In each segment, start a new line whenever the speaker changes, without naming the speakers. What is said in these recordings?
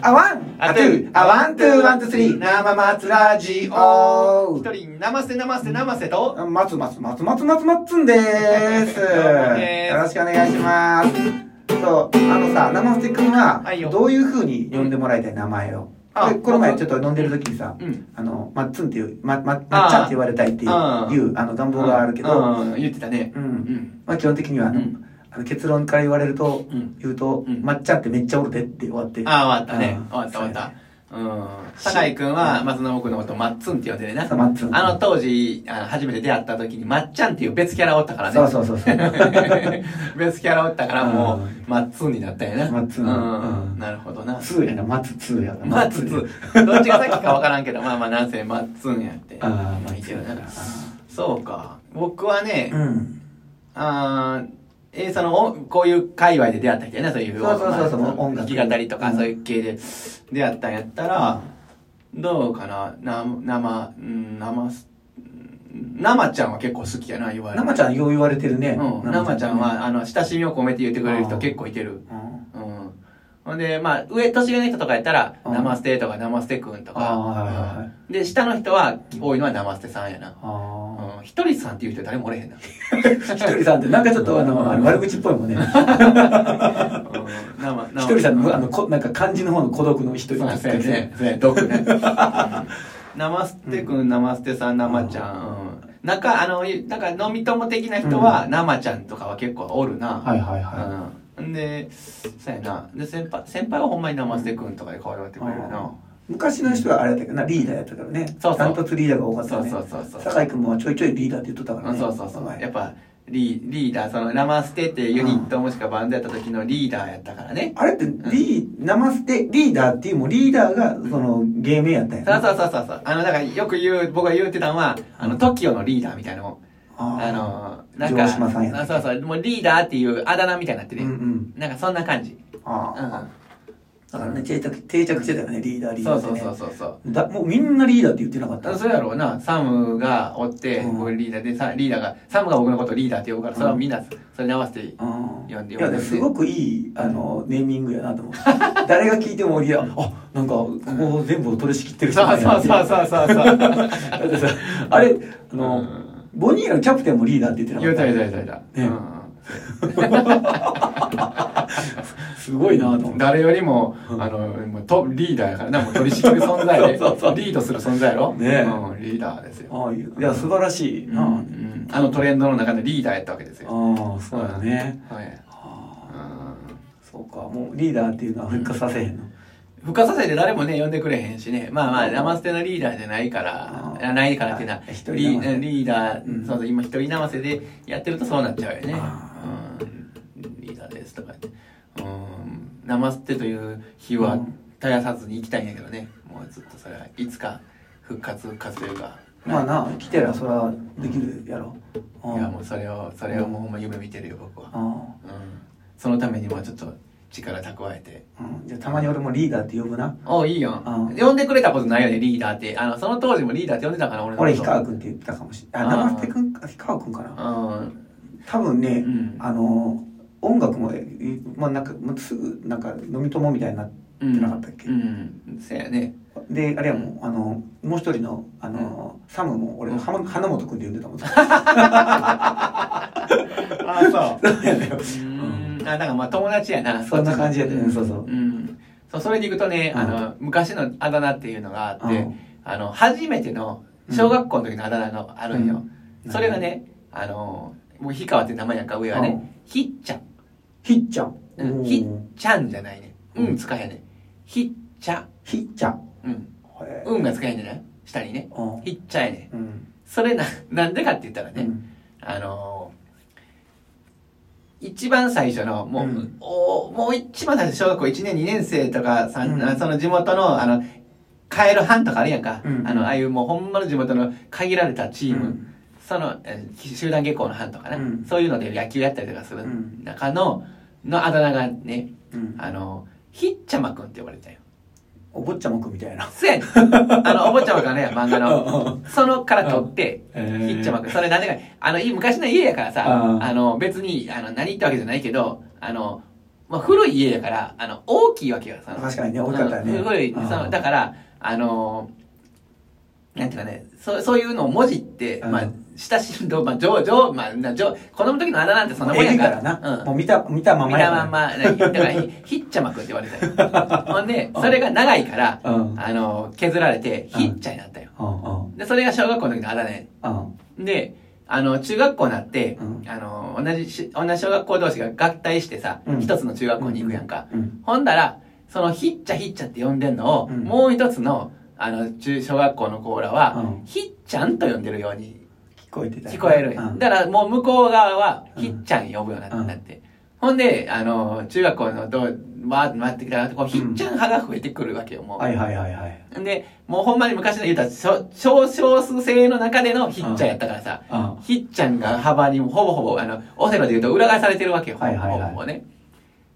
あワン、あトゥー、あワン、トゥー、ワン、トゥー、スリー、生松ラジオ
一。人、生瀬生瀬生瀬と、
松松松松松松んでーす。
どうもです
よろしくお願いします。そう、あのさ、生瀬くんは
はいよ、
どういう風に呼んでもらいたい名前を。
あ
でこの前ちょっと飲んでる時にさ、
うん。
あの、まっつんっていう、ま、ま、まっちゃんって言われたいっていう、
あー
いうあの、願望があるけど、
うん、言ってたね。
う。
うんん。
まあ、基本的には、
うん
あの、結論から言われると、
うん
言うと、
うん
まっちゃんってめっちゃおるでって終わって。
ああ、終わったね
うん。
終わった終
そう
わ
やね
った。うん。酒井くんは、松の僕のこと、まっつんって呼んでるな
そ。うまっつん。
あの当時、あの初めて出会った時に、まっちゃんっていう別キャラおったからね。
そうそうそうそう。
別キャラおったからも
うん
う、マッツンになったんやな。
マッツン
うん。
うん
なるほどな。
通やな、松通やな。
マッツン。ど
松
っちが先かわからんけど、まあまあなんせマッツンやって。
ああ、ま
いいけどな。
あ
そうか。僕はね、
うん。
あーえーその、おこういう界隈で出会った人やな、そういう。
そうそうそうそう
まあ
音楽
弾き語りとか、
うん
そういう系で出会ったんやったら、どうかな、な、生、うん生す、うん生ちゃんは結構好きやな、言われる
生ちゃんよう言われてるね。
うん、生ちゃんは、あの、親しみを込めて言ってくれる
あ
人
ー
結構いてる。
うん。
うん。ほんで、まあ、上、年上の人とかやったら、
うん
ナマステとか、ナマステくんとか。
あーはいはいはい
うんで、下の人は、多いのはナマステさんやな。
あ
うん、ひとりさんっていう人誰もおれへんな。
あ。ひとりさんって、なんかちょっとあの、あの悪口っぽいもんね。
うん、生
ひとりさんの、あの、こなんか漢字の方の孤独のひとり
そう
さ
や
ん。
ね。そうやね。毒ね。ナマステくん、ナマステさん、ナマちゃん。うんなんか、あの、なんか、飲み友的な人は、ナマちゃんとかは結構おるな。
はいはいは
うん。で、そうやな。で、先輩、先輩はほんまに生瀬くんとかで可愛がってくれるな。
い。昔の人はあれだったけどな、リーダーやったからね。
そうそう
ダントツリーダーが多かった
そ
よ
う
ね
そ。うそうそう。
酒井君もちょいちょいリーダーって言っとったから
うん
ね。
そうそうそう。
前
やっぱ、リーリーダー、その、生捨てっていうユニットもしくはバンドやった時のリーダーやったからね。
あれって、リー、生捨て、リーダーっていうもうリーダーが、その、芸名やったんや
そう
な。
そうそうそうそう。あの、だからよく言う、僕が言うてたのは、あの、TOKIO のリーダーみたいなのをあ
あ
の、なんか、
城島さんや
あそうそう、もうリーダーっていうあだ名みたいになって
ー
て、
うんうん。
なんかそんな感じ。
あ
う
あ。
ん。
だからね、定着、定着してたよね、リーダー、リーダ
そ
ー
う
って、
そ
ね。
うそうそうそう。
だもうみんなリーダーって言ってなかった。
あそうやろうな、サムがおって、
うん
僕リーダーで、さリーダーが、サムが僕のことリーダーって呼ぶから、それはみんな、それに合わせていい。
うん。い
呼んで
や、ね、すごくいい、あの、ネーミングやなと思って。 誰が聞いても、いや、あ、なんか、ここを全部取り仕切ってる人
そ
な
うん
や
そう
って
そうそうそうそう。
だってさ、 あれ、あの、
うん
ボニーラのキャプテンもリーダーって言って
言
な
う
か
た
っ
言うた言うた言うた。
ねた。すごいなと
う
思っ
ん
て。
誰よりも、あの、もうとリーダーやからな、もう取り仕切る存在 で、
そうそうそう
リードする存在やろ
ね
うん、リーダーですよ。
ああいう。いや、素晴らしいな。
うんうんあのトレンドの中のリーダーやったわけですよ。
ああ、そうだね。
はい。
ああ
うん
そうか、もうリーダーっていうのは復活させへんの。
深させて誰もね、呼んでくれへんしね。まあまあ、生捨てのリーダーじゃないから
あ、ー
あないからってな、
あ一人
リ
生瀬
ーリーダー、
うん
そうそう、今一人生瀬でやってるとそうなっちゃうよね
あ。
うん、リーダーですとか言って。うん、生捨てという日は
うん
絶やさずに行きたいんやけどね。もうずっとそれはいつか復活、復活というか。
まあな、来てりゃそれはできるやろ。
いや、もうそれを、それをもうほんま夢見てるよ、僕は。
あ
うん。そのためにもちょっと力蓄えて。
あ、うん。じゃあたまに俺もリーダーって呼ぶな。
おいいよ
うん。
呼んでくれたことないよね、リーダーって。あの、その当時もリーダーって呼んでたかな、俺のこと。
俺、氷川君って言ったかもしれない。あ、
あー
生瀬君か、氷川君かな。
うん。
多分ね、
うん
あの、音楽も、えまあなんか、もうすぐ、なんか、飲み友みたいになって
うん。
なかったっけ、
うん。せやね。
で、あれはもう、あの、もう一人の、あの、サムも、俺、
うん
花花本君って呼ん でたもん。
ああ、 そう。うん。あ、だからまあ友達やな。
そんな感じやった
で
よね、そうそう。
うん。そう、それでいくとね、
うん
あの、昔のあだ名っていうのがあっ
う
て
ん、
あの、初めての、小学校の時のあだ名があるんよ。
うん
それがね、あの、僕、氷川って名前やんか、上はね、ひっちゃん。
ひっちゃん。
うん
おー
ひっちゃんじゃないね。
うん
うん、使えね。ひっちゃ。
ひっちゃん。
うん。
へー
運が使えんじゃない下にね。
うん
ひっちゃいね。
うん。
それな、なんでかって言ったら
う
ね、
ん
あのー一番最初の、もう、
うん
おもう一番最初、小学校1年、2年生とか、さん
うん
その地元の、あの、カエル班とかあるやんか。
うん
あの、ああいうもうほんまの地元の限られたチーム、
うん
その、えー集団下校の班とかね、
うん
そういうので野球やったりとかする
うん
中の、のあだ名がね、
うん。
あの、ひっちゃまくんって呼ばれてたよ。
お坊ちゃまくんみたいな。
そやねん。 あの、お坊ちゃまがね、漫画
う
の。そのから撮って、
えー
ひっちゃまくん。それなんでか、あの、い昔の家やからさ、
あー
あの、別に、あの、何ってわけじゃないけど、あの、まあ、古い家だから、あの、大きいわけよ。その
確かにね、多かったね。
うん古い、そ
うん
の、だから、あのーなんていうかね、そう、そういうのを文字って、
うん
まあ、親しんど、まあ、上、上、まあ、な上、子供の時のあだなんてそんなもん
え
や
え
か。
かららな。
うん
もう見た、見たま
見
ま
た
や
まん
か
ま、だからひ、ひっちゃまくんって言われ たよ。ほんで、それが長いから、
ら。うん。うん。
あのー削られて、
うん
ひっちゃになったよ。
うん。
で、それが小学校の時のあだね。
うん。
で、あの、中学校になって、
うん
あの、同じし、同じ小学校同士が合体してさ
う、ん
一、つの中学校に行くやんか。
うん。
ほんだら、その、ひっちゃひっちゃって呼んでんのを、
うん
もう一つの、あの、中小学校の子らは、
うん
ひっちゃんと呼んでるように
聞こえてた。
聞こえるんや、
うん
だから、もう向こう側は、
うん
ひっちゃん呼ぶようにな
うん
なって。ほんで、あの、中学校のどう、わーって回ってきたら、こうひっちゃん派が増えてくるわけよ、もう。
はいはいはいはい。
で、もうほんまに昔の言うたら、少少少数制の中でのひっちゃんやったからさ、
うん。
ひっちゃんが幅にもほぼほぼ、あの、オセロで言うと裏返されてるわけよ。
はいはいはい
ほぼほぼね。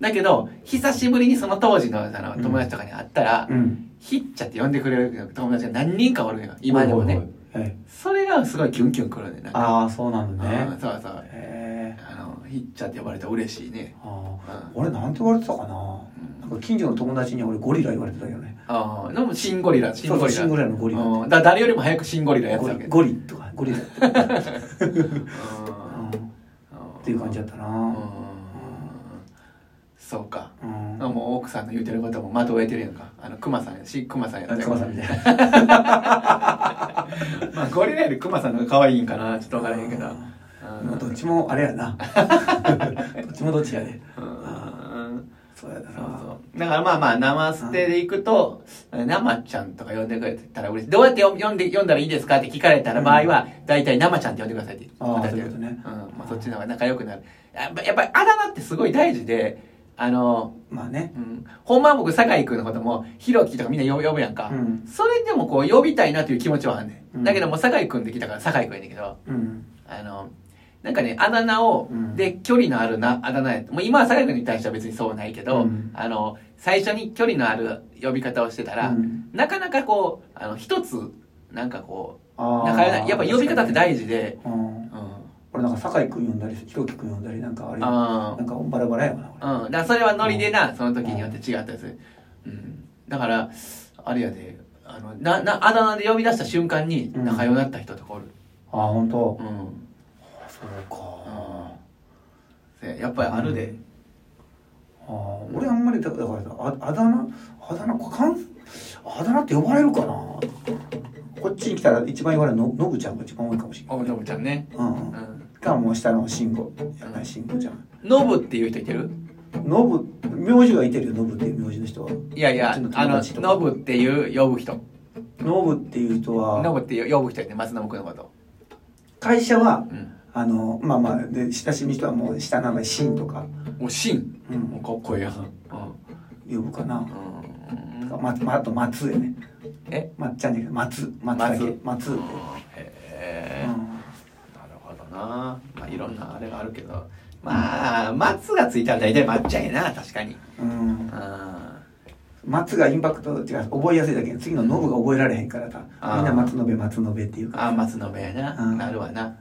だけど、久しぶりにその当時のあの
うん
友達とかに会ったら、
うん。
ひっちゃって呼んでくれる友達が何人かおるのよ。今でもね。
おいおいおい。はい
それがすごいキュンキュンくるね。なんか
ああ、そうなんだ
う
ね
ん。そうそう。
へえ。
あの、ひっちゃって呼ばれたら嬉しいね。
あ
うん
あ。俺なんて言われてたかな。なんか近所の友達に俺ゴリラ言われてたけどね。
ああ、でもシンゴリラ、シン
そ
ゴ
う
リ
そう、シ
ラ。
ンゴリラのゴリラ。
うんだ誰よりも早くシンゴリラやって
ゴ
たわけ
リ。ゴリとか、ゴリラって。うん
っ
っていう感じだった
うん
な。
そうか。
うん。
あもう奥さんの言うてることもまとえてるやんか。あの、熊さんやし、熊さんやった
なん
よ
か まさみたいな。
まあ、ゴリラより熊さんの方が可愛いんかな、ちょっとわからへんけど。
うん
うん
まあどっちもあれやな。どっちもどっちやで。
うん
そうやだ
そう
な。
そうだからまあまあ、生捨てで行くと、生ちゃんとか呼んでくれたら嬉しい。どうやって読んで、読んだらいいですかって聞かれたら場合は、大体生ちゃんって呼んでくださいって
ああ、
答え
そう
て
いう
る。
ことね。
うん。まあ、そっちの方が仲良くなる。やっぱ、やっぱりあだ名ってすごい大事で、あの、
まあね。
うん。ほんまは僕、酒井君のことも、ひろきとかみんな呼ぶやんか。
うん。
それでもこう呼びたいなという気持ちはあんねん、
うん
だけどもう酒井君できたから酒井君やねんけど
うん。
あのなんかねあだ名を、
うん
で距離のあるなあだ名やもう今は酒井君に対しては別にそうないけど、
うん
あの最初に距離のある呼び方をしてたら、
うん
なかなかこうあの一つなんかこう
ああ
仲良いなやっぱ呼び方って大事で、
うん
うん、
俺なんか酒井君呼んだりひろき君呼んだりなんかあれな
あ
んかバラバラやわな
あうんだからそれはノリでなその時によって違ったりする、うん、だからあれやであのななあだ名で呼び出した瞬間に
うん
仲良くなった人とかおる、
俺あ本当
うん
そうか
せややっぱりあるで、
ああ俺あんまりだだからさああだ名あだ名こかんあだ名って呼ばれるかなこっちに来たら一番言われるののぶちゃんが一番多いかもしれない
おのぶちゃんね、
うん
う
うん
ん、
かもう下の慎吾やない慎吾ちゃん
ノブっていう人いてる
のぶ名字がいてるよのぶっていう名字の人はい
やいや
うちの友
あの
達とか
ノブっていう呼ぶ人
のぶっていう人
ノ
は
ブっていう呼ぶ人やね松信君のこと、
会社は
うん、
あのまあまあで親しみ人はもう下の名前しんとか、
もうシン
う
も
ん、
うかっこいいやん、うん
呼ぶかな
うん
ま、まあと松やね
え
まっちゃんじゃなくて松松だけ松
う
っ
ん
て、
へえ、
う
なるほどなまあいろんなあれがあるけどまあ松がついたら大体松ちゃんやな確かに
んうん
あ
松がインパクト違う覚えやすいだけ次のノブが覚えられへんからさ
あー
みんな松延松延っていうか
あ松信やな、
うん
なるわな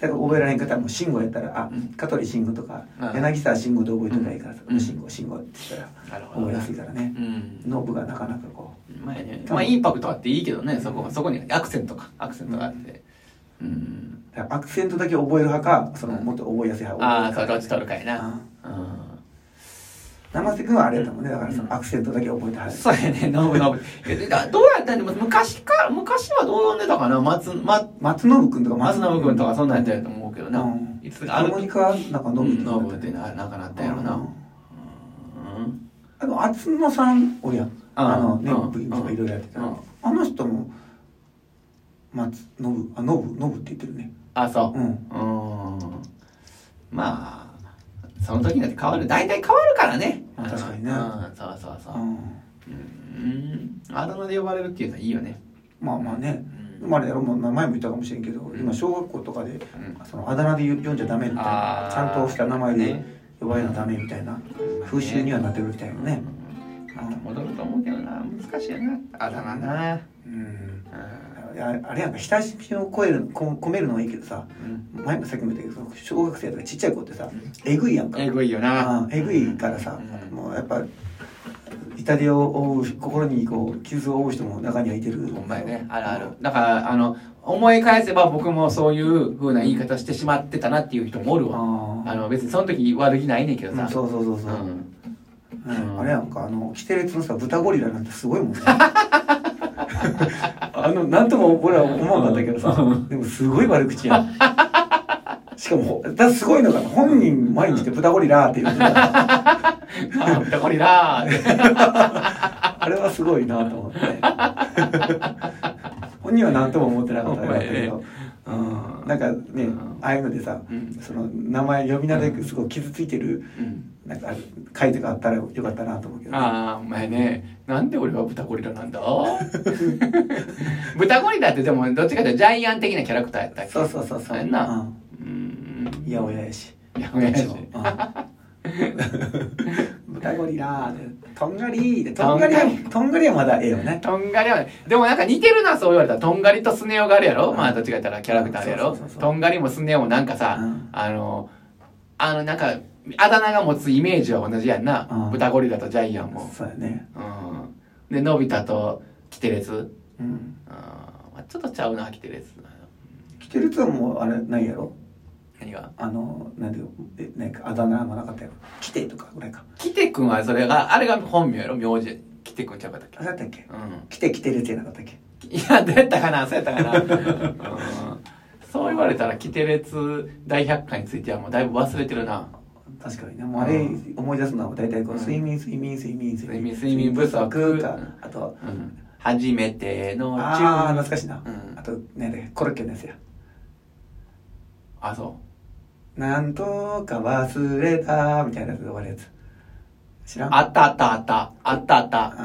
だから覚えられへん方はもう慎吾やったらあ
うん
香取慎吾とか
うん
柳沢慎吾で覚えとかいいからさ
うん
慎吾慎吾って言ったら
なるほど
覚え
な
やすいからね
うん
ノブがなかなかこ
まあね、まあインパクトあっていいけどね、そこは、そこにアクセントか、アクセントがあって。うん。
うだからアクセントだけ覚える派かその
うん
もっと覚えやすい派
ああ、
覚
そ
える
う、
派
どっち取るかいな。
うん
う
生瀬君はあれやったもんねだからそうの
ん
アクセントだけ覚えては
ん。
る
そうやね、ノブノブ。えだどうやったんでも昔か、昔はどう呼んでたかな、松、ま、
松延君とか
松信君とかそんなんやったやと
思
思うけど
う
な。
ん
いつかある
ハーモニカなんかノブ
うんノブって
な
な、なんかなったんやろな。うん。
あの厚野さんおるやんあのね
うん
ブギとかいろいろやってた
うん
あの人も松信あノブノブって言ってるね
あ、そう
う。ん
うん。まあ、その時になって変わる。大体変わるからね。
まあ確かにね
うん、そうそうそう
う。ん
うんあだ名で呼ばれるっていうのはいいよね。
まあまあね
う
で
ん
もあれやろもう名前も言ったかもしれんけど
ん
今小学校とかで
うん
そのあだ名で呼んじゃダメみたい
あ
な
ー
ちゃんとした名前で
ね
呼ばれなダメみたいな風習にはなってるみたいなね
うんあと戻ると思うけどな難しいよなあだ名な
うん
う
ああれやんか親しみを超えるこ込めるのはいいけどさ
ん
前もさっきも言ったけど小学生とかちっちゃい子ってさえぐいやんか
えぐいよな
うんえぐいからさ
うん
もうやっぱ痛手を負う心にこう傷を負う人も中にはいてる
ほんまやねあるあるだからあの思い返せば僕もそういう風な言い方してしまってたなっていう人もおるわ
あ
あ
あ
の別にその時悪気ないねんけどさ
そうそうそうそう、
うん
うんあれやんかあのキテレツのさ豚ゴリラなんてすごいもんね あのなんとも俺は思わなかったけどさでもすごい悪口や んしかもほだすごいのが本人毎日で豚ゴリラって言うてた
あーこりなーって
あれはすごいなと思って 本人は何とも思ってなかったんだけど、
ほんまやね
うんなんかね、
うん
ああいうのでさ
うん
その名前呼び名ですごい傷ついてる
うん
なんか書いてがあったらよかったなと思うけど
ああお前ねなんで俺は豚ゴリラなんだ 豚ゴリラってでもどっちかというとジャイアン的なキャラクターやったっけ
そうそうそうそう
やん
う
なんうん
いやおややし
いやおやじ
うん豚ゴリラーでとんがりーでと
と
ん
ん
が
が
り
り
はとんがりはまだええよね
とんがりはねでもなんか似てるなそう言われたらとんがりとスネ夫があるやろ、まあどっちか言ったらキャラクターあるや
う
ろ
んそうそうそうそう
とんがりもスネ夫もなんかさ、
うん
あのあのなんかあだ名が持つイメージは同じやんな、
うん
豚ゴリラとジャイアンも、
そうやね
うん、でのび太とキテレツ、うん
うん
まあ、ちょっとちゃうなキテレツ
キテレツはもうあれないやろ
何が
あのなんでえなんかあだ名もなかったやろキテとかぐらいか
キテ君はそれがあれが本名やろ名字キテ君ちゃうかったっけ
あそうやったっけ
う
キテキテレツやなかったっけ
んいやどうやったかなそうやった かな、うんそう言われたらキテレツ大百科についてはもうだいぶ忘れてるな
確かにねもうあれ
うん
思い出すのは大体こう
うん
睡眠睡眠睡眠睡眠
睡眠睡眠不足
か
うん
あと
うん初めての
ああ
中
懐かしいな
うん
あとなんだっけコロッケのやつや
あそ
なんとか忘れたみたいなやつで終わるやつ知
う
らん
あったあったあったあったあったあった